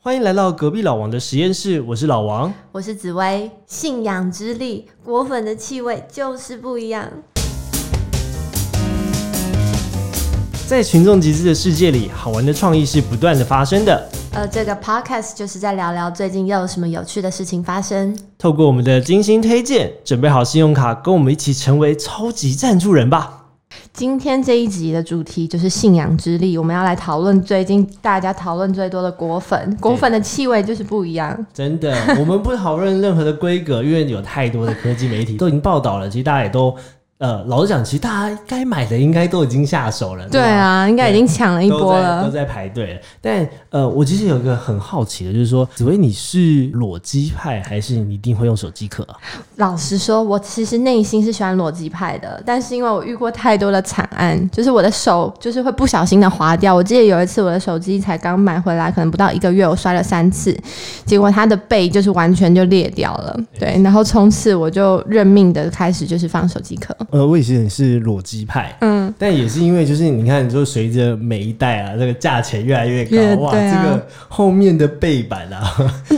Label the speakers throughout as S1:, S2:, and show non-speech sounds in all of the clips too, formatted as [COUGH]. S1: 欢迎来到隔壁老王的实验室，我是老王。
S2: 我是紫薇，信仰之力，果粉的气味就是不一样。
S1: 在群众集资的世界里，好玩的创意是不断的发生的。
S2: 呃，这个 podcast 就是在聊聊最近又有什么有趣的事情发生。
S1: 透过我们的精心推荐，准备好信用卡，跟我们一起成为超级赞助人吧！
S2: 今天这一集的主题就是信仰之力，我们要来讨论最近大家讨论最多的果粉，果粉的气味就是不一样。
S1: 真的， [LAUGHS] 我们不讨论任何的规格，因为有太多的科技媒 [LAUGHS] 体都已经报道了。其实大家也都，呃，老实讲，其实大家该买的应该都已经下手了。
S2: 对
S1: 吧，
S2: 啊，应该已经抢了一
S1: 都
S2: 波
S1: 在都
S2: 了。
S1: 在排队了。但呃，我其实有一个很好奇的，就是说，紫薇你是裸机派，还是你一定会用手机壳啊？
S2: 老实说，我其实内心是喜欢裸机派的，但是因为我遇过太多的惨案，就是我的手就是会不小心的滑掉。我记得有一次我的手机才刚买回来，可能不到一个月，我摔了三次，结果它的背就是完全就裂掉了。对，然后从此我就认命的开始就是放手机壳。
S1: 呃，我以前也是裸机派，
S2: 嗯，
S1: 但也是因为就是你看，就随着每一代啊，这个价钱越来越高，
S2: 越
S1: 哇，
S2: 对啊
S1: 这个后面的背板啊，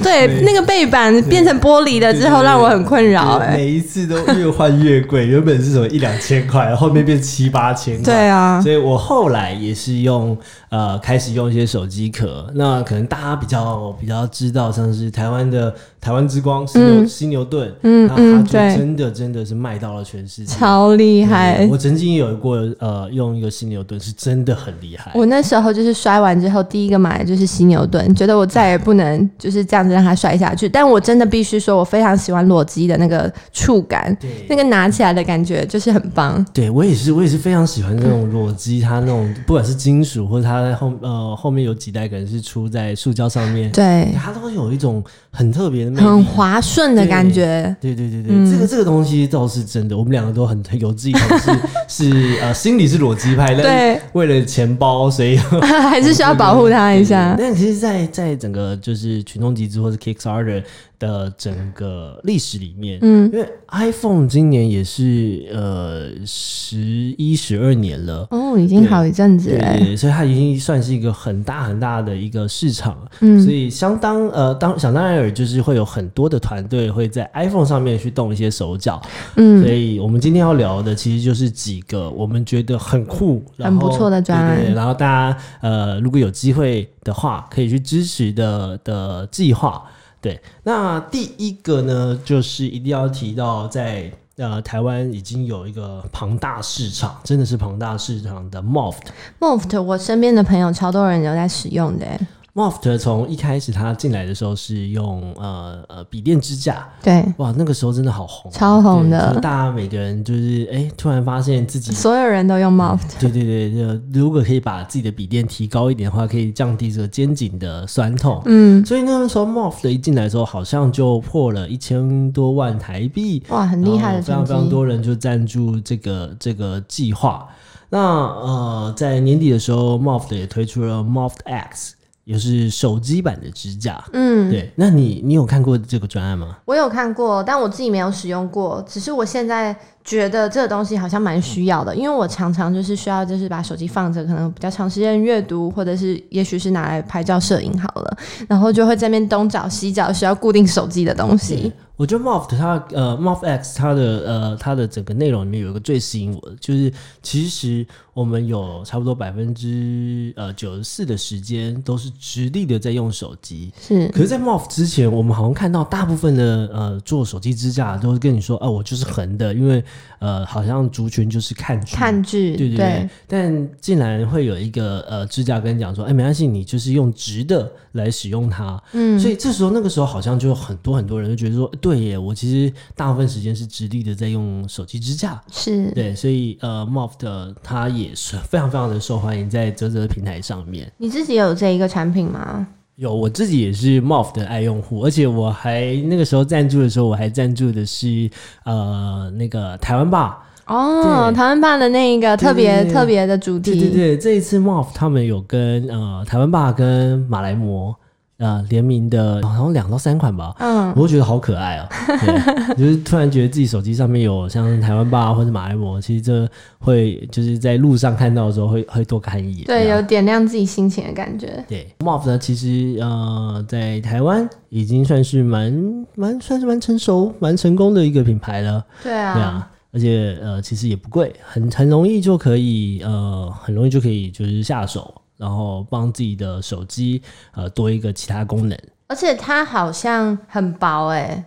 S2: 对，那个背板变成玻璃的啊之后，让我很困扰、
S1: 就是
S2: 哎，
S1: 每一次都越换越贵，原本是什么一两千块，后面变七八千块，
S2: 对啊，
S1: 所以我后来也是用呃开始用一些手机壳，那可能大家比较比较知道，像是台湾的台湾之光犀牛、
S2: 嗯
S1: 犀牛盾，
S2: 嗯
S1: 那
S2: 嗯
S1: 它就
S2: 对
S1: 真的真的是卖到了全世界。
S2: 超厉害
S1: 嗯对。我曾经有过呃用一个犀牛盾，是真的很厉害。
S2: 我那时候就是摔完之后，第一个买的就是犀牛盾，觉得我再也不能就是这样子让它摔下去。但我真的必须说，我非常喜欢裸机的那个触感，那
S1: 对，
S2: 个拿起来的感觉就是很棒。
S1: 对我也是，我也是非常喜欢这种裸机，它那种不管是金属或者它在后呃后面有几代可能是出在塑胶上面，
S2: 对，
S1: 它都有一种很特别的魅
S2: 很嗯
S1: 力。
S2: 滑顺的感觉。
S1: 对对对对，这个这个东西倒是真的，我们两个都很有自己同事是 [LAUGHS] 呃心里是裸机派，但
S2: 对
S1: 是，为了钱包，所以
S2: [LAUGHS] 还是需要保护它一下。
S1: 但其实在，在整个就是群众集资或是 Kickstarter 的整个历史里面，
S2: 嗯
S1: 因为 iPhone 今年也是呃十一十二年了，
S2: 哦，已经好一阵子
S1: 对
S2: 哎。
S1: 对，所以它已经算是一个很大很大的一个市场了，
S2: 嗯
S1: 所以相当呃当想当然尔就是会有很多的团队会在 iPhone 上面去动一些手脚，
S2: 嗯
S1: 所以我们今天要聊的其实就是几个我们觉得很酷、然后
S2: 很不错的专案
S1: 对对对然后大家呃如果有机会的话，可以去支持的的计划。对，那第一个呢，就是一定要提到在。呃，台湾已经有一个庞大市场，真的是庞大市场的 Moft，
S2: ，Moft，我身边的朋友超多人有在使用的哎。
S1: Moft 从一开始它进来的时候是用呃呃笔电支架，
S2: 对，
S1: 哇，那个时候真的好红，啊
S2: 超红
S1: 对就是
S2: 的，
S1: 大家每个人就是哎、突然发现
S2: [LAUGHS]
S1: 自己，
S2: 所有人都用 Moft。
S1: 对对对，就如果可以把自己的笔电提高一点的话，可以降低这个肩颈的酸痛。
S2: 嗯，
S1: 所以那个时候 Moft 一进来的时候，好像就破了一千多万台币，
S2: 哇，很厉害的
S1: 然后非常
S2: 成
S1: 非常
S2: 绩。
S1: 多人就赞助这个这个计划。那呃，在年底的时候，Moft 也推出了 Moft X，也是手机版的支架。
S2: 嗯，
S1: 对，那你你有看过这个专案吗？
S2: 我有看过，但我自己没有使用过。只是我现在觉得这个东西好像蛮需要的，因为我常常就是需要，就是把手机放着，可能比较长时间阅读，或者是也许是拿来拍照摄影好了，然后就会在那边东找西找，需要固定手机的东西。
S1: 我觉得 Moft 它呃 Moft X 它的呃它的整个内容里面有一个最吸引我的，就是其实我们有差不多百分之呃九十四的时间都是直立的在用手机，
S2: 是，
S1: 可是，在 Moff 之前，我们好像看到大部分的呃做手机支架都是跟你说，啊、我就是横的，因为呃，好像族群就是看剧
S2: 看剧，
S1: 对对对，但竟然会有一个呃支架跟你讲说，哎、没关系，你就是用直的来使用它。
S2: 嗯，
S1: 所以这时候那个时候好像就有很多很多人就觉得说，对耶，我其实大部分时间是直立的在用手机支架。
S2: 是，
S1: 对，所以呃，Moft 它也是非常非常的受欢迎在泽泽的平台上面。
S2: 你自己有这一个产品吗？
S1: 有，我自己也是 MOF 的爱用户，而且我还那个时候赞助的时候，我还赞助的是呃那个台湾吧，
S2: 哦，
S1: 对
S2: 台湾办的那一个
S1: 对
S2: 特
S1: 对
S2: 别
S1: 对
S2: 特别的主题，
S1: 对对对，这一次 MOF 他们有跟呃台湾吧跟马来模呃联名的，好像两到三款吧，
S2: 嗯，
S1: 我就觉得好可爱啊、对， [LAUGHS] 就是突然觉得自己手机上面有像台湾爸或者马来貘，其实这会就是在路上看到的时候会会多看一眼。
S2: 对，
S1: 这样
S2: 有点亮自己心情的感觉。
S1: 对 m o f 呢，其实呃在台湾已经算是蛮蛮算是蛮成熟、蛮成功的一个品牌了。
S2: 对啊，
S1: 对啊，而且呃，其实也不贵，很很容易就可以呃，很容易就可以就是下手，然后帮自己的手机呃多一个其他功能。
S2: 而且它好像很薄哎、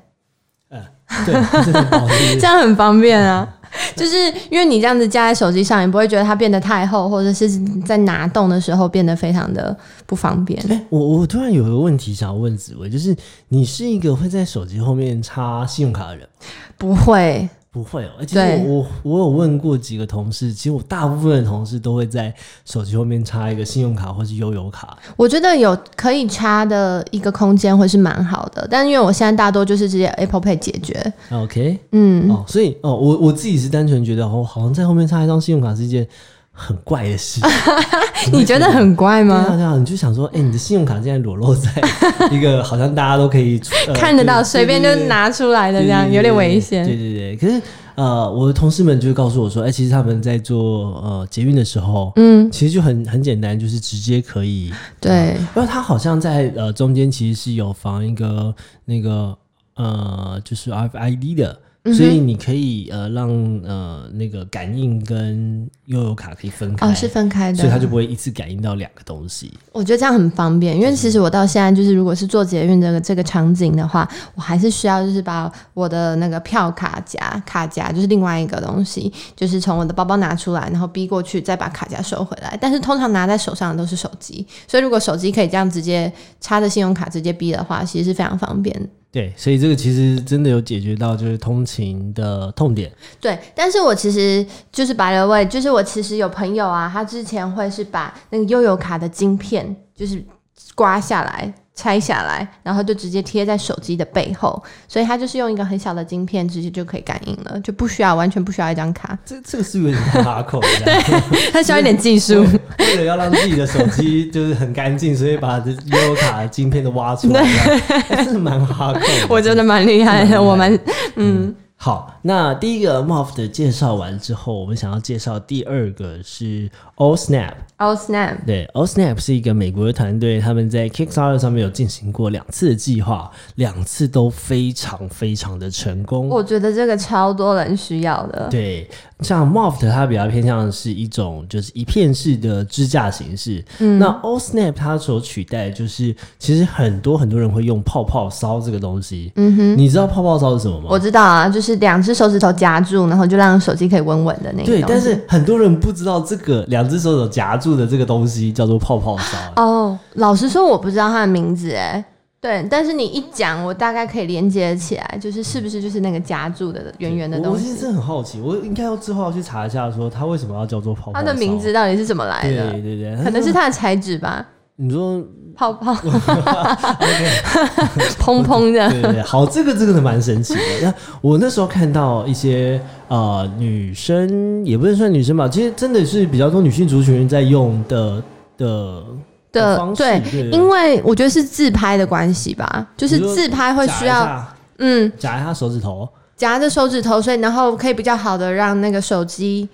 S1: 呃对，这是保值
S2: [LAUGHS] 这样很方便啊。就是因为你这样子架在手机上，你不会觉得它变得太厚，或者是在拿动的时候变得非常的不方便。
S1: 哎、我我突然有个问题想要问紫薇，就是你是一个会在手机后面插信用卡的人吗？
S2: 不会，
S1: 不会哦，而且
S2: 对
S1: 我我我有问过几个同事，其实我大部分的同事都会在手机后面插一个信用卡或是悠游卡。
S2: 我觉得有可以插的一个空间会是蛮好的，但因为我现在大多就是直接 Apple Pay 解决。
S1: OK，
S2: 嗯，
S1: 哦，所以哦，我我自己是单纯觉得，哦，好像在后面插一张信用卡是一件很怪的
S2: [LAUGHS]
S1: 事。
S2: [LAUGHS] 你觉得很怪
S1: 对啊，
S2: 吗？
S1: 对啊，你就想说，哎、你的信用卡竟然裸露
S2: [LAUGHS]
S1: 在一个好像大家都可以、呃
S2: 看得到，随便就
S1: 对
S2: 拿出来的
S1: 对
S2: 这样，
S1: 对
S2: 有点
S1: 对
S2: 危
S1: 对
S2: 险。
S1: 对对，可是呃，我的同事们就告诉我说，哎、其实他们在做呃捷运的时候，
S2: 嗯，
S1: 其实就很很简单，就是直接可以。
S2: 对，
S1: 然后他好像在呃中间其实是有防一个那个呃就是 RFID 的。
S2: 嗯
S1: 所以你可以呃让呃那个感应跟悠游卡可以分开，
S2: 哦，是分开的，
S1: 所以它就不会一次感应到两个东西。
S2: 我觉得这样很方便，因为其实我到现在就是，如果是做捷运这个这个场景的话，我还是需要就是把我的那个票卡夹卡夹，就是另外一个东西，就是从我的包包拿出来，然后逼过去，再把卡夹收回来。但是通常拿在手上的都是手机，所以如果手机可以这样直接插着信用卡直接逼的话，其实是非常方便的。
S1: 对，所以这个其实真的有解决到就是通勤的痛点。
S2: 对，但是我其实就是白了位，就是我其实有朋友啊，他之前会是把那个悠游卡的晶片就是刮下来、拆下来，然后就直接贴在手机的背后，所以他就是用一个很小的晶片直接就可以感应了，就不需要完全不需要一张卡， [LAUGHS]
S1: 这这个是有点太哈口了，
S2: 他需要一点技术。
S1: [LAUGHS] 为了要让自己的手机就是很干净，所以把这悠游卡的晶片都挖出
S2: [LAUGHS]
S1: 来，这是蛮哈口的。
S2: [LAUGHS] 我觉得蛮厉害的，我们
S1: 好，那第一个 MOF 的介绍完之后，我们想要介绍第二个是 All Snap。
S2: All 哦 Snap
S1: 对，All Snap 是一个美国的团队，他们在 Kickstarter 上面有进行过两次的计划，两次都非常非常的成功。
S2: 我觉得这个超多人需要的。
S1: 对，像 Moft 它比较偏向是一种就是一片式的支架形式。那 All Snap 它所取代就是，其实很多很多人会用泡泡骚这个东西。嗯哼，你知道泡泡骚是什么吗？
S2: 我知道啊，就是两只手指头夹住，然后就让手机可以稳稳的那个东
S1: 对
S2: 西。，
S1: 但是很多人不知道这个两只手手夹住的这个东西叫做泡泡骚。
S2: 哦，老实说，我不知道他的名字哎。对，但是你一讲，我大概可以连接起来，就是是不是就是那个夹住的圆圆的
S1: 我
S2: 东
S1: 我其实
S2: 西？
S1: 真的很好奇，我应该要之后要去查一下，说它为什么要叫做泡泡
S2: 它的
S1: 骚
S2: 名字。到底是怎么来
S1: 对
S2: 的？
S1: 对对，
S2: 可能是它的材质
S1: [LAUGHS]
S2: 吧，
S1: 你说 [LAUGHS]
S2: 泡泡，砰砰的。
S1: 对对对，好，这个这个是蛮神奇的。那我那时候看到一些呃女生，也不是算女生吧，其实真的是比较多女性族群在用的的
S2: 的
S1: 方式，
S2: 对
S1: 对，
S2: 因为我觉得是自拍的关系吧，就是
S1: 你说
S2: 自拍会需
S1: 夹一
S2: 要，
S1: 下
S2: 嗯，
S1: 夹一下手指头，
S2: 夹着手指头，所以然后可以比较好的让那个手机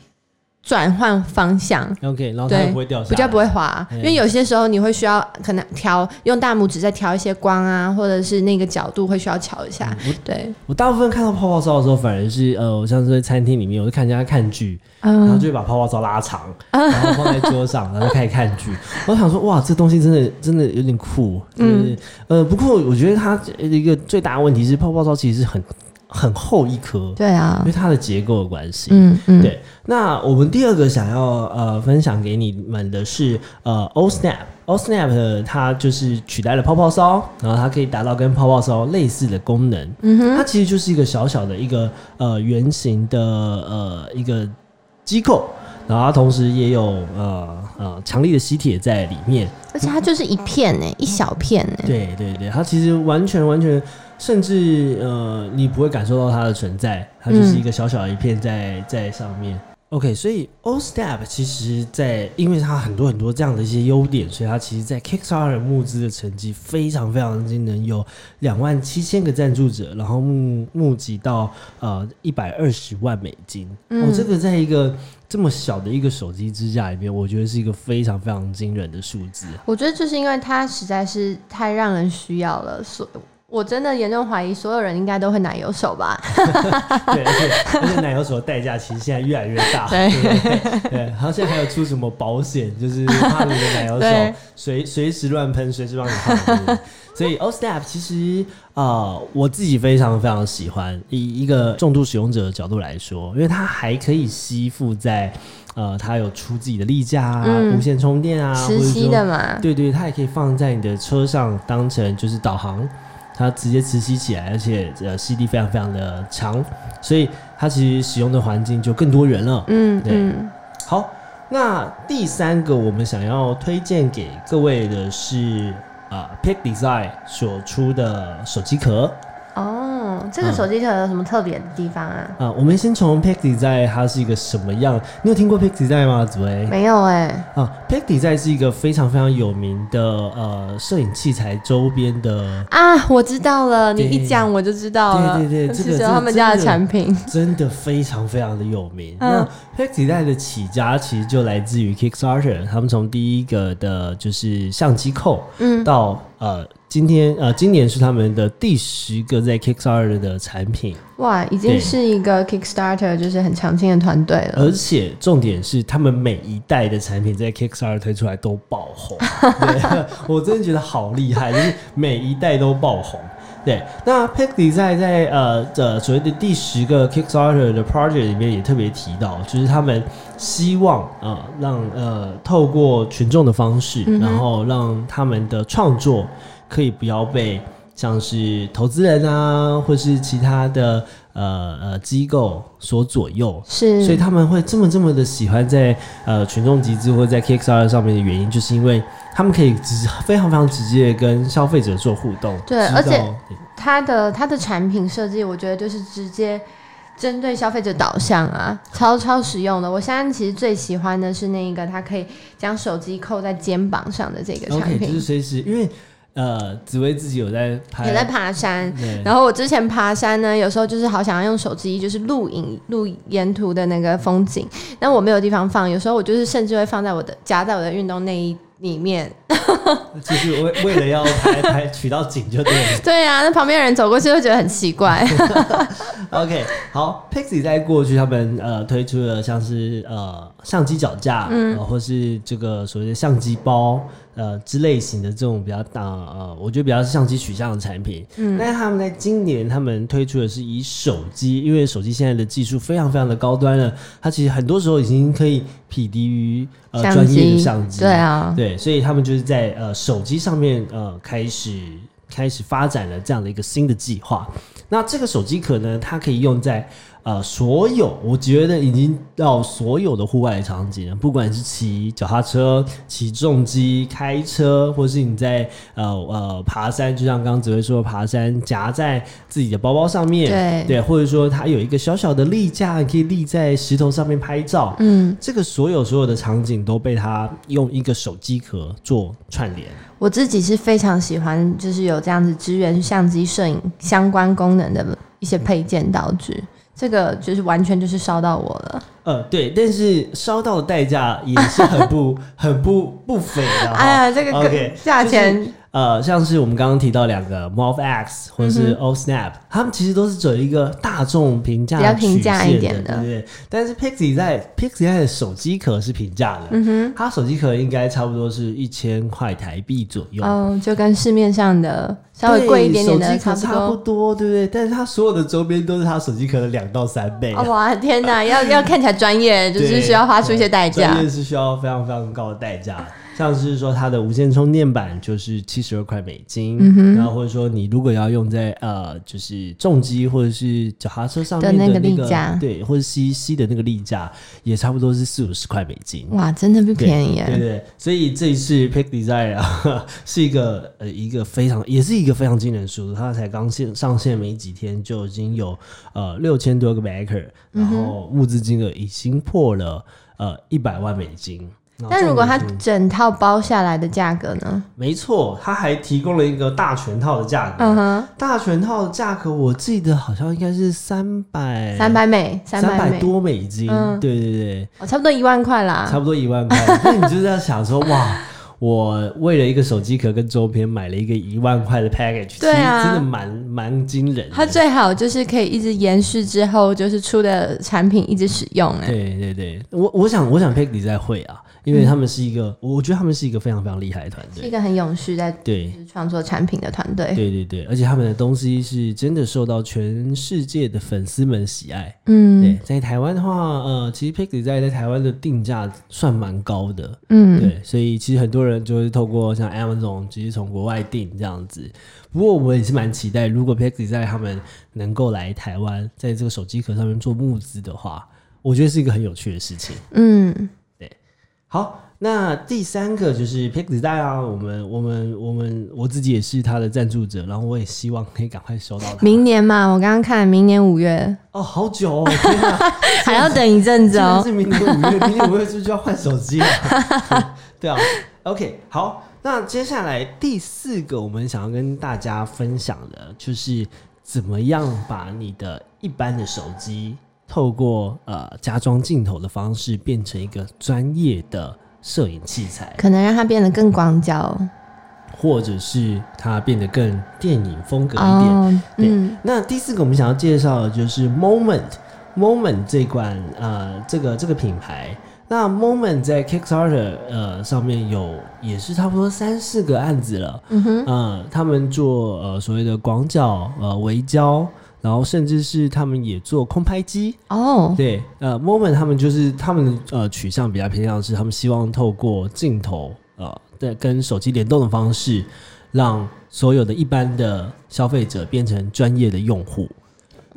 S2: 转换方向。
S1: ，OK，然后哦它
S2: 对
S1: 也不会掉下来，
S2: 比较不会滑，
S1: 嗯
S2: 因为有些时候你会需要可能调用大拇指再调一些光啊，或者是那个角度会需要调一下。
S1: 我
S2: 对，
S1: 我大部分看到泡泡烧的时候，反而是呃，我像是在餐厅里面，我就看人家看剧，然后
S2: 嗯，
S1: 就会把泡泡烧拉
S2: [LAUGHS]
S1: 长，然后放在桌上，然后就开始看剧。我想说，哇，这东西真的真的有点酷。嗯，呃，不过我觉得它呃一个最大的问题是，泡泡烧其实是很很厚一颗，
S2: 对啊
S1: 因为，它的结构的关系。
S2: 嗯嗯，
S1: 对，那我们第二个想要呃分享给你们的是呃 O Snap。O Snap 呃它就是取代了泡泡骚，然后它可以达到跟泡泡骚类似的功能。嗯哼，它其实就是一个小小的一个呃圆形的呃一个机构，然后它同时也有呃呃强力的吸铁在里面。
S2: 而且它就是一片呢、欸一小片呢、
S1: 嗯对对对，它其实完全完全，甚至呃你不会感受到它的存在，它就是一个小小的一片在在上面。 OK，所以 O Step 其实在，因为它很多很多这样的一些优点，所以它其实在 Kickstarter 募资的成绩非常非常惊人，有两万七千个赞助者，然后募募集到呃一百二十万美金。哦，这个在一个这么小的一个手机支架里面，我觉得是一个非常非常惊人的数字。
S2: 我觉得就是因为它实在是太让人需要了，所我真的严重怀疑所有人应该都会奶油手吧？
S1: [LAUGHS] 对，而且而且奶油手的代价其实现在越来越大，
S2: 对
S1: 对不对，然后现在还有出什么保险，就是怕你的奶油
S2: 对
S1: 手随随时乱喷，随时让你放毒。所以 O Step 其实啊、呃我自己非常非常喜欢，以一个重度使用者的角度来说，因为它还可以吸附在呃，它有出自己的例架啊、
S2: 嗯
S1: 无线充电
S2: [LAUGHS]
S1: 啊，或
S2: 实
S1: 者
S2: 习
S1: 说
S2: 的嘛，
S1: 对对，它也可以放在你的车上当成就是导航，它直接磁吸起来，而且呃吸力非常非常的强，所以它其实使用的环境就更多元了。
S2: 嗯
S1: 对
S2: 嗯，
S1: 好，那第三个我们想要推荐给各位的是啊、呃、Pick Design 所出的手机壳。
S2: 哦，
S1: 嗯
S2: 这个手机壳有什么特别的地方啊？
S1: 啊、我们先从 Pick Design 它是一个什么样？你有听过 Pick Design 吗？紫薇？
S2: 没有哎、
S1: 啊，Pick Design 是一个非常非常有名的呃摄影器材周边的
S2: 啊，我知道了，你
S1: 对
S2: 一讲我就知道了。
S1: 对
S2: [LAUGHS]
S1: 对对这
S2: 是
S1: 个
S2: 只有
S1: 这
S2: 他们家的
S1: 真的
S2: 产品。
S1: 真的非常非常的有名。
S2: 嗯
S1: 那 Pack 底带的起家其实就来自于 Kickstarter，他们从第一个的就是相机扣
S2: 嗯，
S1: 到呃今天呃今年是他们的第十个在 Kickstarter 的产品，
S2: 哇，已经
S1: 对呃
S2: 是一个 Kickstarter 就是很强劲的团队了。
S1: 而且重点是他们每一代的产品在 Kickstarter 推出来都爆
S2: [LAUGHS]
S1: 红，对我真的觉得好厉害，就是每一代都爆红。对，那 Pick Design 在呃呃所谓的第十个 Kickstarter 的 project 里面也特别提到，就是他们希望呃让呃透过群众的方式，
S2: 嗯哼
S1: 然后让他们的创作可以不要被像是投资人啊，或是其他的呃呃机构所左右，
S2: 是，
S1: 所以他们会这么这么的喜欢在呃群众集资或者在 Kickstarter 上面的原因，就是因为他们可以直非常非常直接的跟消费者做互动，
S2: 对
S1: 知道
S2: 而且它的它的产品设计，我觉得就是直接针对消费者导向啊，超超实用的。我现在其实最喜欢的是那一个，它可以将手机扣在肩膀上的这个产
S1: OK 就是
S2: 品，
S1: 随时，因为呃紫薇自己有在拍，
S2: 也在爬山。
S1: 对
S2: 然后我之前爬山呢，有时候就是好想要用手机，就是录影录沿途的那个风景，但我没有地方放，有时候我就是甚至会放在我的夹在我的运动内衣
S1: [LAUGHS]
S2: 里面。
S1: 就是为为了要
S2: [LAUGHS]
S1: 拍拍取到景就对了。
S2: 对啊，那旁边的人走过去会觉得很奇怪。
S1: [LAUGHS] OK，好，Pixie 在过去他们呃推出了像是呃相机脚架，嗯、呃，或是这个所谓的相机包，呃之类型的这种比较大呃，我觉得比较是相机取向的产品。嗯，但是他们在今年他们推出的是以手机，因为手机现在的技术非常非常的高端了，它其实很多时候已经可以匹敌于呃
S2: 相
S1: 专业的
S2: 机
S1: 相机。
S2: 对啊，
S1: 对，所以他们就是在呃手机上面呃开始开始发展了这样的一个新的计划。那这个手机壳呢，它可以用在呃所有，我觉得已经到所有的户外场景了，不管是骑脚踏车、骑重机、开车，或是你在呃呃爬山，就像刚刚紫薇说的，爬山夹在自己的包包上面，
S2: 对
S1: 对，或者说它有一个小小的立架，可以立在石头上面拍照，
S2: 嗯，
S1: 这个所有所有的场景都被他用一个手机壳做串联。
S2: 我自己是非常喜欢，就是有这样子支援相机、摄影相关功能的一些配件道具。这个就是完全就是烧到我了，
S1: 呃，对，但是烧到的代价也是很 [LAUGHS] 不很不不菲的哈。
S2: 哎呀，这个
S1: 哦 OK，
S2: 价钱、
S1: 就是呃，像是我们刚刚提到两个 m o v e X 或者
S2: 嗯
S1: 是 O Snap，、他们其实都是走一个大众评价
S2: 比较平价
S1: 曲线
S2: 一点
S1: 的，
S2: 的
S1: 对不对？但是 Pixie 在 Pixie 在的手机壳是平价的，嗯哼，它手机壳应该差不多是一千块台币左右，
S2: 嗯，就跟市面上的稍微
S1: 对
S2: 贵一点点的
S1: 手机壳
S2: 不
S1: 差不
S2: 多。
S1: 多，对不对？但是它所有的周边都是它手机壳的两到三倍。啊
S2: 哦哇，
S1: [LAUGHS]
S2: 天哪，要要看起来专业，就
S1: 对
S2: 是需要花出一些代价
S1: 专。业是需要非常非常高的代价，像是说它的无线充电板就是七十二块美金，
S2: 嗯
S1: 然后或者说你如果要用在呃就是重机或者是脚踏车上
S2: 的
S1: 面的
S2: 那个
S1: 那
S2: 立架
S1: 对，或者吸吸的那个立架也差不多是四五十块美金。
S2: 哇，真的不
S1: 对
S2: 便宜耶。
S1: 对对，所以这一次 Pick Design 啊，是一个呃一个非常也是一个非常惊人的数字，它才刚线上线没几天就已经有呃六千多个 backer，然后募资金额已经破了呃一百万美金。然后
S2: 但如果
S1: 重
S2: 它
S1: 点是
S2: 整套包下来的价格呢？
S1: 没错，它还提供了一个大全套的价格，
S2: 嗯哼，
S1: 大全套的价格我记得好像应该是三百
S2: 三百美，三
S1: 百
S2: 美，
S1: 多美金，
S2: 嗯
S1: 对对对。
S2: 哦，差不多一万块啦
S1: 差。不多一万块。
S2: [LAUGHS]
S1: 那你就是要想说，哇，我为了一个手机壳跟周边买了一个一万块的 package，
S2: 对啊
S1: 其实真的蛮蛮惊人的。
S2: 它最好就是可以一直延续之后，就是出的产品一直使用、哎，
S1: 对对对，我我想我想 Pick 你在会啊，因为他们是一个，我觉得他们是一个非常非常厉害的团
S2: 嗯是哎一
S1: 队。
S2: 个很永续在
S1: 对
S2: 就是创作产品的团队。
S1: 对对对，而且他们的东西是真的受到全世界的粉丝们喜爱。对
S2: 嗯，
S1: 在台湾的话，呃，其实 Pick Design 在台湾的定价算蛮高的，
S2: 嗯，
S1: 对，所以其实很多人就是透过像 Amazon 直接从国外订这样子。不过我也是蛮期待，如果 Pixie 在他们能够来台湾，在这个手机壳上面做募资的话，我觉得是一个很有趣的事情。
S2: 嗯，
S1: 好，那第三个就是 Pixie 在啊，我们我们我们我自己也是他的赞助者，然后我也希望可以赶快收到他。
S2: 明年嘛，我刚刚看明年五月
S1: 哦，好久哦，天啊！
S2: 还要等一阵子
S1: 真的
S2: 哦。
S1: 是明年五月，明年五月是不是就要换手机了？ [LAUGHS] 对啊，OK，好，那接下来第四个我们想要跟大家分享的，就是怎么样把你的一般的手机，透过呃加装镜头的方式，变成一个专业的摄影器材，
S2: 可能让它变得更广角
S1: 或者是它变得更电影风格一点。
S2: 哦，
S1: 对
S2: 嗯，
S1: 那第四个我们想要介绍的就是 Moment Moment 这款呃这个这个品牌。那 Moment 在 Kickstarter 呃上面有也是差不多三四个案子了，嗯哼，呃，他们做呃所谓的广角呃微焦，然后甚至是他们也做空拍机，
S2: 哦，
S1: 对，呃，Moment 他们就是他们的呃取向比较偏向是，他们希望透过镜头呃对跟手机联动的方式，让所有的一般的消费者变成专业的用户。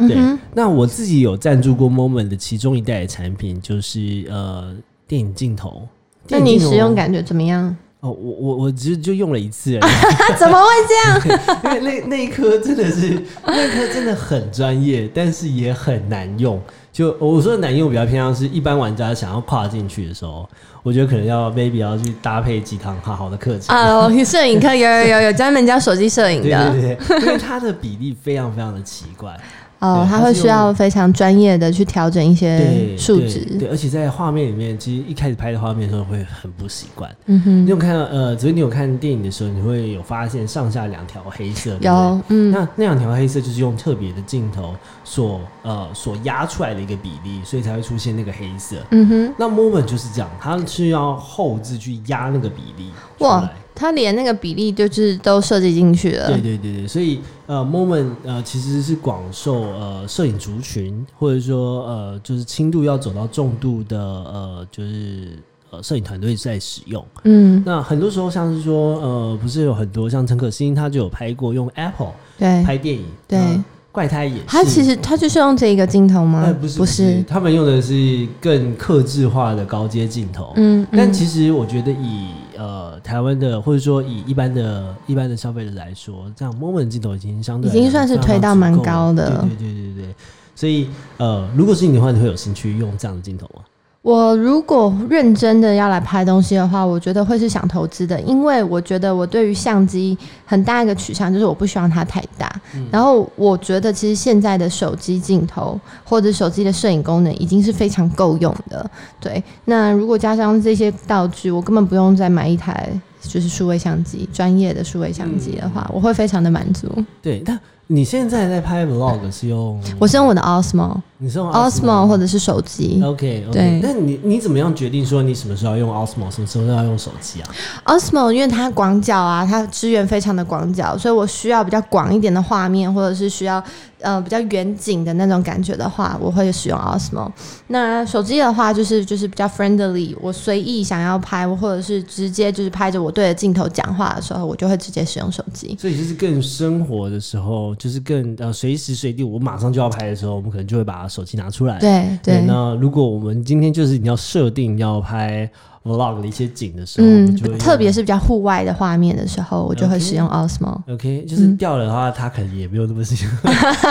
S2: 嗯
S1: 对，那我自己有赞助过 Moment 的其中一代的产品，就是呃电影镜头。
S2: 那
S1: 电影
S2: 你
S1: 镜头
S2: 使用感觉怎么样？
S1: 哦，我我我只是就用了一次而已，
S2: 啊，怎么会这
S1: [LAUGHS]
S2: 样？
S1: 因为那那一颗真的是，那一颗真的很专业，但是也很难用。就我说的难用比较偏向是一般玩家想要跨进去的时候，我觉得可能要 maybe 要去搭配几堂好好的课程。 [LAUGHS]
S2: 啊，我摄影课有有有有专门教手机摄影
S1: 对
S2: 的
S1: 对对，因为它的比例非常非常的奇怪，
S2: 哦，
S1: 对它
S2: 他会
S1: 是
S2: 需要
S1: 用
S2: 非常专业的去调整一
S1: 对
S2: 些嗯数
S1: 对
S2: 值。
S1: 对，而且在画面里面，其实一开始拍的画面的时候会很不习惯。
S2: 嗯
S1: 你
S2: 哼，
S1: 有看到呃，所以你有看电影的时候，你会有发现上下两条黑色，对不对
S2: 有嗯
S1: 那那两条黑色就是用特别的镜头所呃所压出来的一个比例，所以才会出现那个黑色。
S2: 嗯哼，
S1: 那 moment 就是这样，它是要后置去压那个比例出
S2: 哇
S1: 来。，
S2: 他连那个比例就是都设计进去了
S1: 对。对对对，所以呃，moment 呃其实是广受呃摄影族群，或者说呃就是轻度要走到重度的呃就是呃摄影团队在使用。
S2: 嗯，
S1: 那很多时候像是说呃不是有很多像陈可辛他就有拍过用 Apple
S2: 对，
S1: 拍电影，
S2: 对
S1: 呃怪胎也是。
S2: 他其实他就是用这一个镜头吗
S1: 哎，？不是
S2: 不
S1: 是，，他们用的是更克制化的高阶镜头。
S2: 嗯，
S1: 但
S2: 嗯
S1: 其实我觉得以呃台湾的或者说以一般的一般的消费者来说，这样 moment 镜头已经相对
S2: 已经算是推到蛮高的
S1: 对对对对对。所以呃，如果是你的话，你会有兴趣用这样的镜头吗？
S2: 我如果认真的要来拍东西的话，我觉得会是想投资的，因为我觉得我对于相机很大一个取向就是我不希望它太大。然后我觉得其实现在的手机镜头或者手机的摄影功能已经是非常够用的。对，那如果加上这些道具，我根本不用再买一台就是数位相机，专业的数位相机的话，我会非常的满足。
S1: 对，但你现在在拍 vlog 是用
S2: 我是用我的 Osmo、
S1: 你是用
S2: Osmo 或者是手机。
S1: OK OK，
S2: 对
S1: 那你你怎么样决定说你什么时候要用 Osmo，什么时候要用手机啊？
S2: Osmo 因为它广角啊，它支援非常的广角，所以我需要比较广一点的画面，或者是需要呃比较远景的那种感觉的话，我会使用 Osmo。那手机的话，就是就是比较 friendly，我随意想要拍，或者是直接就是拍着我对着镜头讲话的时候，我就会直接使用手机。
S1: 所以就是更生活的时候，就是更呃随时随地，我马上就要拍的时候，我们可能就会把手机拿出来。
S2: 对对，
S1: 哎那如果我们今天就是你要设定要拍 vlog 的一些景的时候，我
S2: 嗯
S1: 们就会，用
S2: 特别是比较户外的画面的时候，我就会使用 Osmo。
S1: OK，就是掉了的话，它可能也没有那么幸福。 [LAUGHS]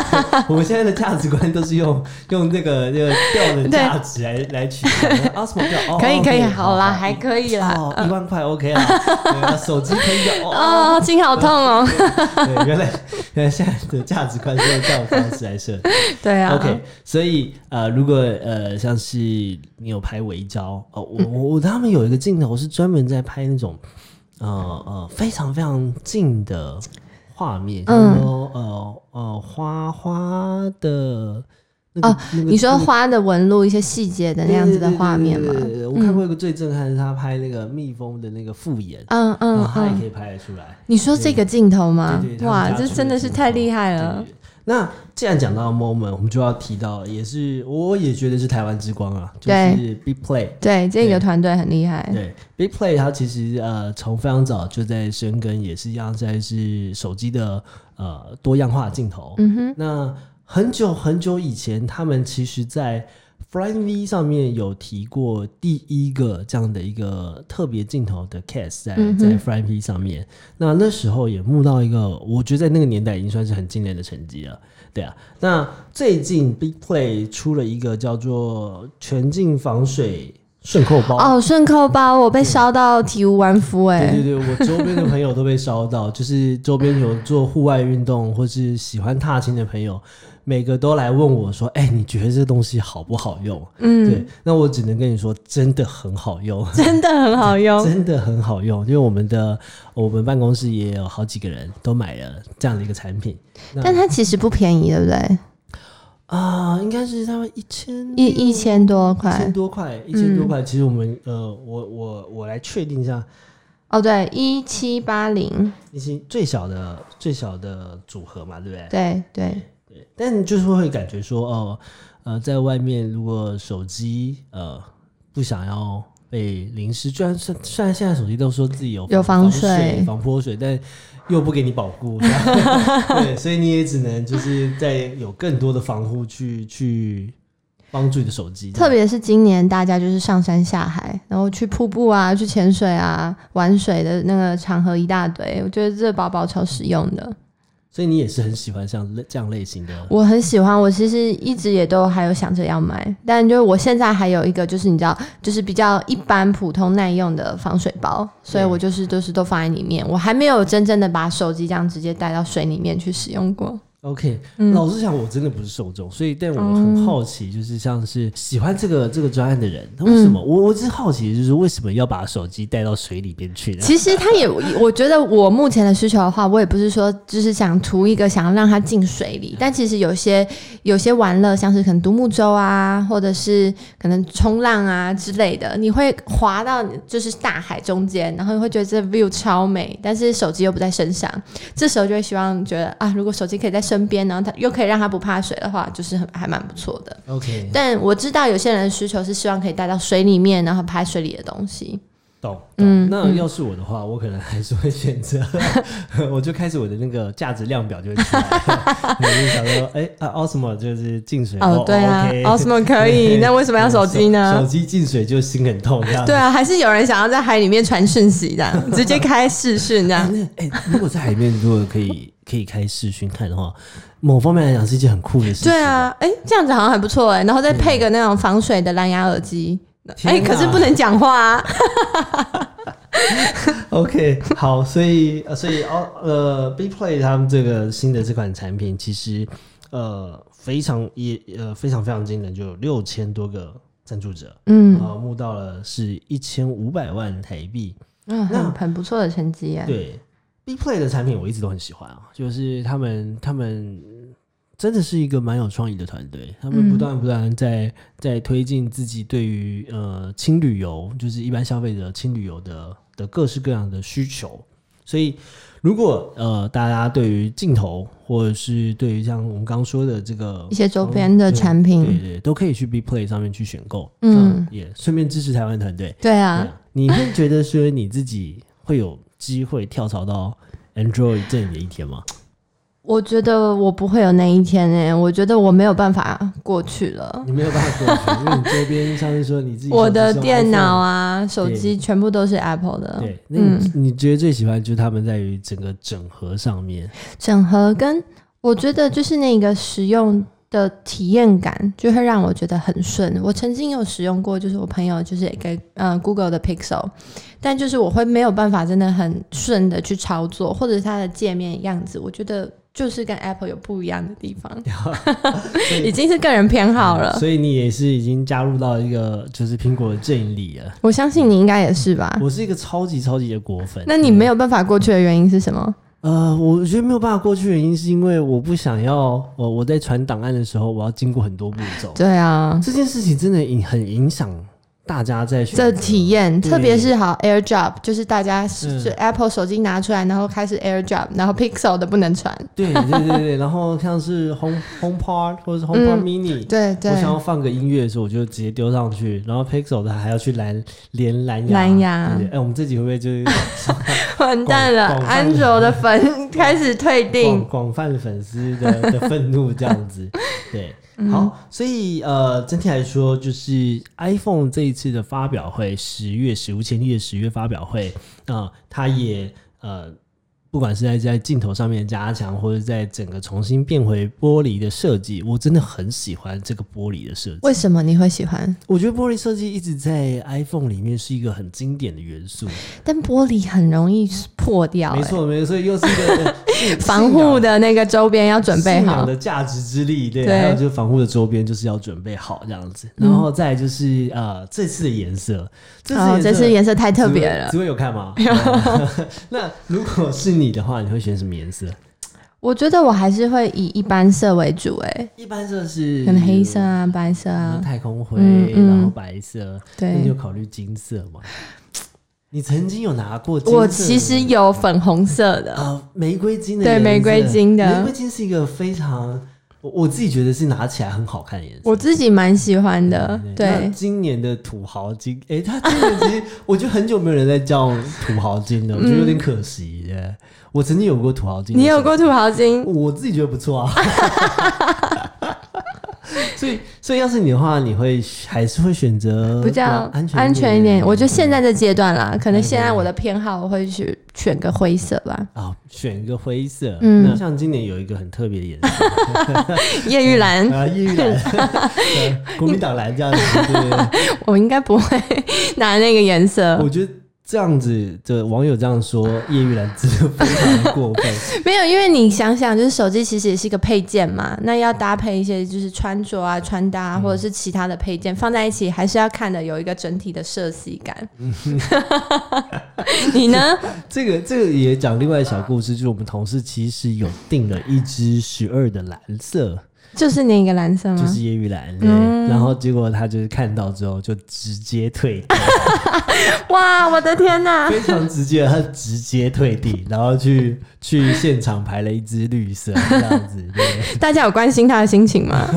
S1: 我们现在的价值观都是用用那个那个掉的价值来来取代。啊，什么掉？哦，
S2: 可以
S1: 哦
S2: 可以，
S1: OK，
S2: 好啦，
S1: 好
S2: 还可以啦。嗯
S1: 哦，一万块 OK 啦，对啊手机可以的哦。
S2: [LAUGHS] 哦，心好痛哦。
S1: 对，原来原来现在的价值观是用这样的方式来设定。
S2: [LAUGHS] 对啊。
S1: OK，所以呃，如果呃，像是你有拍微胶哦，我我我他们有一个镜头是专门在拍那种呃呃非常非常近的画面，嗯
S2: 嗯
S1: 呃呃花花的那个
S2: 哦，
S1: 那个
S2: 你说花的纹路一些细节的那样子的画面吗
S1: 对？对对对对我看过一个最震撼的是他拍那个蜜蜂的那个复眼，
S2: 嗯
S1: 然
S2: 嗯
S1: 后他也
S2: 嗯，
S1: 可以拍得出来。
S2: 你说这个镜头吗
S1: 对对？他们
S2: 哇，
S1: 家
S2: 这
S1: 出
S2: 真的
S1: 的
S2: 是
S1: 镜
S2: 太
S1: 头
S2: 厉害了。
S1: 那既然讲到 moment，我们就要提到，也是我也觉得是台湾之光啊，就
S2: 对
S1: 是 Big Play。
S2: 对，这个团队很厉害。
S1: 对，Big Play 它其实呃从非常早就在深耕，也是一样在是手机的呃多样化镜头。
S2: 嗯哼，
S1: 那很久很久以前，他们其实在 Flying V 上面有提过第一个这样的一个特别镜头的 case 在、
S2: 嗯哼
S1: 在 Flying V 上面。那那时候也募到一个，我觉得在那个年代已经算是很惊人的成绩了。对啊，那最近 Big Play 出了一个叫做全镜防水顺扣包。
S2: 哦，顺扣包我被烧到体无完肤哎
S1: 对。对对，我周边的朋友都被烧到， [LAUGHS] 就是周边有做户外运动或是喜欢踏青的朋友，每个都来问我说：“哎、你觉得这东西好不好用？”
S2: 嗯，
S1: 对，那我只能跟你说，真的很好用。
S2: [LAUGHS] 真的很好用。
S1: 真的很好用，因为我们的我们办公室也有好几个人都买了这样的一个产品
S2: 但它其实不便宜，对不对？
S1: 啊、应该是他们一千
S2: 一一千多
S1: 一千
S2: 块。
S1: 多块，一千多块。其实我们呃，我我我来确定一下，
S2: 哦，对，一七八零。
S1: 一些最小的最小的组合嘛，对不对？
S2: 对对，
S1: 但就是会感觉说，哦，呃，在外面如果手机呃不想要被淋湿，居然虽虽然现在手机都说自己有
S2: 有
S1: 防
S2: 防
S1: 水、
S2: 水
S1: 防泼水，但又不给你保
S2: [LAUGHS]
S1: 护，对，所以你也只能就是在有更多的防护去去帮助你的手机，
S2: 特别是今年大家就是上山下海，然后去瀑布啊、去潜水啊、玩水的那个场合一大堆，我觉得这包包超实用的。
S1: 所以你也是很喜欢像类这样类型
S2: [LAUGHS]
S1: 的。
S2: 我很喜欢，我其实一直也都还有想着要买，但就是我现在还有一个，就是你知道，就是比较一般普通耐用的防水包，所以我就是都、是都放在里面，我还没有真正的把手机这样直接带到水里面去使用过。
S1: OK，、老
S2: 嗯
S1: 实讲，我真的不是受众，所以但我
S2: 哦
S1: 很好奇，就是像是喜欢这个这个专案的人，他为什
S2: 嗯
S1: 么？我我只是好奇，就是为什么要把手机带到水里边去呢？
S2: [LAUGHS] 其实它也，我觉得我目前的需求的话，我也不是说就是想图一个想要让它进水里，但其实有些有些玩乐，像是可能独木舟啊，或者是可能冲浪啊之类的，你会滑到就是大海中间，然后你会觉得这 view 超美，但是手机又不在身上，这时候就会希望觉得啊，如果手机可以在身边，然后它又可以让它不怕水的话，就是很还蛮不错的。
S1: OK，
S2: 但我知道有些人的需求是希望可以带到水里面，然后拍水里的东西。
S1: 懂。懂
S2: 嗯
S1: 那要是我的话，我可能还是会选择， [LAUGHS] 我就开始我的那个价值量表就会出来了，我就想说，哎、啊，Osmo 就是进水
S2: 哦，对啊
S1: OK
S2: ，Osmo
S1: [LAUGHS]
S2: 可以，那为什么要手机
S1: 手
S2: 呢？
S1: 机进水就心很痛，这样子
S2: 对。啊，还是有人想要在海里面传讯息这
S1: [LAUGHS]
S2: 样，直接开视讯这样。
S1: 那哎、如果在海面，如果可以 [LAUGHS] 可以开视讯看的话，某方面来讲是一件很酷的事情。
S2: 对啊，哎、这样子好像还不错哎、然后再配个那种防水的蓝牙耳机，哎、
S1: 天哪
S2: 可是不能讲话啊。
S1: OK，好，所以呃，所以哦，呃，Big Play 他们这个新的这款产品，其实呃非常也呃非常非常惊人，就有六千多个赞助者，
S2: 嗯
S1: 呃，募到了是一千五百万台币。
S2: 嗯，
S1: 那
S2: 很很不错的成绩耶。
S1: 对 B Play 的产品我一直都很喜欢啊，就是他们他们真的是一个蛮有创意的团队，他
S2: 嗯
S1: 们不断不断在、在推进自己对于呃轻旅游，就是一般消费者轻旅游的的各式各样的需求。所以，如果呃大家对于镜头或者是对于像我们刚刚说的这个
S2: 一些周边的产
S1: 对
S2: 品，
S1: 对，都可以去 B Play 上面去选购，
S2: 嗯
S1: 嗯，也顺便支持台湾团队。
S2: 对
S1: 对
S2: 啊，
S1: 啊，你会觉得说你自己会有机会跳槽到 Android 阵营的一天吗？
S2: 我觉得我不会有那一天诶、我觉得我没有办法过去了。
S1: [LAUGHS] 你没有办法过去，因为你周边像是说你自己
S2: 我
S1: 手机
S2: 的
S1: 是用
S2: 电脑
S1: iPhone。
S2: 啊、嗯手机全部都是 Apple 的，
S1: 对，那你、你觉得最喜欢就是他们在于整个整合上面，
S2: 整合跟我觉得就是那个使用的体验感，就会让我觉得很顺。我曾经有使用过，就是我朋友就是给呃 Google 的 Pixel，但就是我会没有办法真的很顺的去操作，或者是它的界面样子，我觉得就是跟 Apple 有不一样的地
S1: [LAUGHS]
S2: 方， [LAUGHS] 已经是个人偏好了。
S1: 嗯所以你也是已经加入到一个就是苹果的阵营里了。
S2: 我相信你应该也是吧？
S1: 我是一个超级超级的果粉，
S2: 啊那你没有办法过去的原因是什么？
S1: 呃，我觉得没有办法过去的原因是因为我不想要，我我在传档案的时候，我要经过很多步骤。
S2: 对啊，
S1: 这件事情真的影很影响大家在选
S2: 这
S1: 择
S2: 体验，
S1: 对
S2: 特别是好 AirDrop，就是大家是
S1: 嗯
S2: 就 Apple 手机拿出来，然后开始 AirDrop，然后 Pixel 的不能传。
S1: 对对对对，然后像是
S2: [LAUGHS]
S1: Home HomePod 或者是 HomePod
S2: 嗯
S1: Mini，、
S2: 对
S1: 我想
S2: 对，
S1: [LAUGHS] 要放个音乐的时候，我就直接丢上去，然后 Pixel 它还要去蓝连蓝牙，
S2: 蓝牙
S1: 对对哎、我们这集会不会
S2: [LAUGHS]
S1: 就是
S2: 完蛋了，
S1: 广泛
S2: 安卓的粉开始退
S1: 广
S2: 订。
S1: 广泛粉丝 [LAUGHS] 的的愤怒这样子？对，好，所以呃，整体来说，就是 iPhone 这一次的发表会，十月史无前例的十月发表会啊、它也呃。不管是在在镜头上面加强，或者在整个重新变回玻璃的设计，我真的很喜欢这个玻璃的设计。
S2: 为什么你会喜欢？
S1: 我觉得玻璃设计一直在 iPhone 里面是一个很经典的元素，
S2: 但玻璃很容易破掉、
S1: 没
S2: 欸，
S1: 错没错，所以又是一 [LAUGHS] 个呃是
S2: 防
S1: 信仰
S2: 护的那个周边要准备
S1: 信
S2: 好
S1: 仰。的价值之力，对，
S2: 对
S1: 还有就是防护的周边就是要准备好这样子，然后再来就是呃这次的颜色，啊这次的
S2: 哦，
S1: 颜
S2: 这
S1: 色
S2: 次颜色太特别
S1: 紫薇
S2: 了。
S1: 紫薇有看
S2: [LAUGHS]
S1: 吗？对 [LAUGHS] 那如果是你的话，你会选什么颜色？
S2: 我觉得我还是会以一般色为主、欸，
S1: 一般色是
S2: 哎，可能黑色啊、白色啊，
S1: 太空灰，
S2: 嗯嗯
S1: 然后白色，
S2: 对
S1: 那你就考虑金色嘛。你曾经有拿过金色的吗？
S2: 我其实有粉红色的，
S1: 啊，玫瑰金的
S2: 对
S1: 颜色
S2: 玫瑰金的
S1: 玫瑰金是一个非常，我我自己觉得是拿起来很好看的颜色。
S2: 我自己蛮喜欢的。
S1: 嗯那
S2: 对，
S1: 今年的土豪金，哎、他今年其实我觉得很久没有人在叫土豪金了，我觉得有点可惜耶。我曾经有过土豪金，
S2: 嗯你有过土豪金？
S1: 我自己觉得不错啊。 [LAUGHS] 所以，所以要是你的话，你会还是会选择
S2: 比较
S1: 安全嗯
S2: 安全一点，我觉得
S1: 现
S2: 现在这阶段啦，可能现在我的偏好我会去选个灰色吧，
S1: 啊、选一个灰色。
S2: 嗯
S1: 那像今年有一个很特别的颜
S2: [LAUGHS]
S1: 色，
S2: 叶玉兰，
S1: 啊，抑郁蓝，
S2: [LAUGHS]
S1: 对国民党蓝这样子，对对对。
S2: 我应该不
S1: [LAUGHS]
S2: 会拿那个颜色
S1: 我，觉得这样子的网友这样说，叶玉兰真的非常过分。
S2: 没有，因为你想想，就是手机其实也是一个配件嘛，那要搭配一些就是穿着啊、穿搭、
S1: 嗯
S2: 啊、或者是其他的配件放在一起，还是要看的有一个整体的色系
S1: [LAUGHS]
S2: 感。你呢？
S1: 这个这个也讲另外一小故事，就是我们同事其实有订了一只十二的蓝色，
S2: 就是那个蓝色吗？
S1: 就是叶玉兰，对。
S2: 嗯
S1: 然后结果他就是看到之后就直接退订，
S2: 哇，我的天哪、
S1: 非常直接，他直接退
S2: [LAUGHS]
S1: 订，然后去去现场排了一只绿色这样子，
S2: [LAUGHS]
S1: 对。
S2: 大家有关心他的心情吗？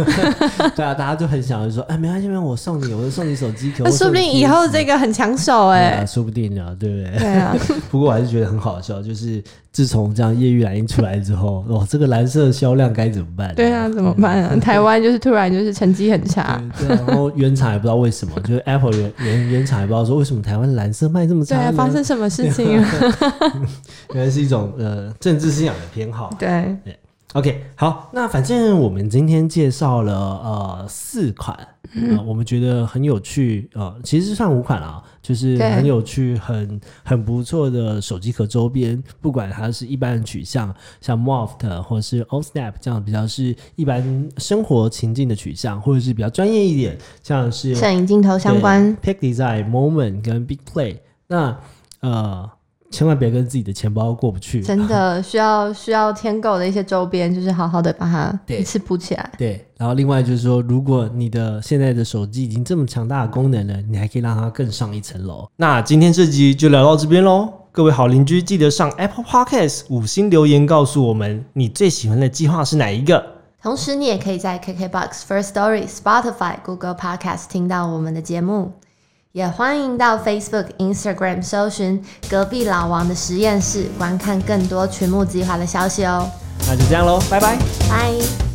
S1: 对啊，大家就很想就说，哎，没关系，没关系，我送你，我就送你手机壳，
S2: 那呃说不定以后这个很抢手
S1: 哎、
S2: 哎、
S1: 说不定呢，对不对？
S2: 对啊，
S1: 不过我还是觉得很好笑，就是自从这样叶玉兰一出来之后，哇，这个蓝色销量该怎么办？
S2: 对啊，怎么办
S1: [LAUGHS]
S2: 啊？台湾就是突然就是成绩很差，
S1: 对，对啊然后原厂也不知道为什么，就是 Apple 原原原厂也不知道说为什么台湾蓝色卖这么
S2: 对
S1: 差
S2: 啊，
S1: 呢
S2: 发生什么事情啊？
S1: 原来是一种呃政治信仰的偏好。啊
S2: [LAUGHS] 对，
S1: OK，好，那反正我们今天介绍了呃四款，
S2: 嗯
S1: 呃，我们觉得很有趣，呃，其实算五款啦，就是
S2: 对
S1: 很有趣、很很不错的手机壳周边，不管它是一般的取向，像 Moft 或是 OSnap 这样比较是一般生活情境的取向，或者是比较专业一点，像是
S2: 摄影镜头相关，
S1: 对 Pick Design、Moment 跟 Big Play。那呃，千万别跟自己的钱包过不去。
S2: 真的需要需要天购的一些周边，就是好好的把它
S1: 对
S2: 一次补起来。
S1: 对，然后另外就是说，如果你的现在的手机已经这么强大的功能了，你还可以让它更上一层楼。那今天这集就聊到这边喽，各位好邻居，记得上 Apple Podcast 五星留言告诉我们你最喜欢的计划是哪一个。
S2: 同时，你也可以在 KKBox、First Story、Spotify、Google Podcast 听到我们的节目，也欢迎到 Facebook、Instagram 搜寻“隔壁老王的实验室”，观看更多群目计划的消息哦。
S1: 那就这样喽，拜拜。
S2: 拜。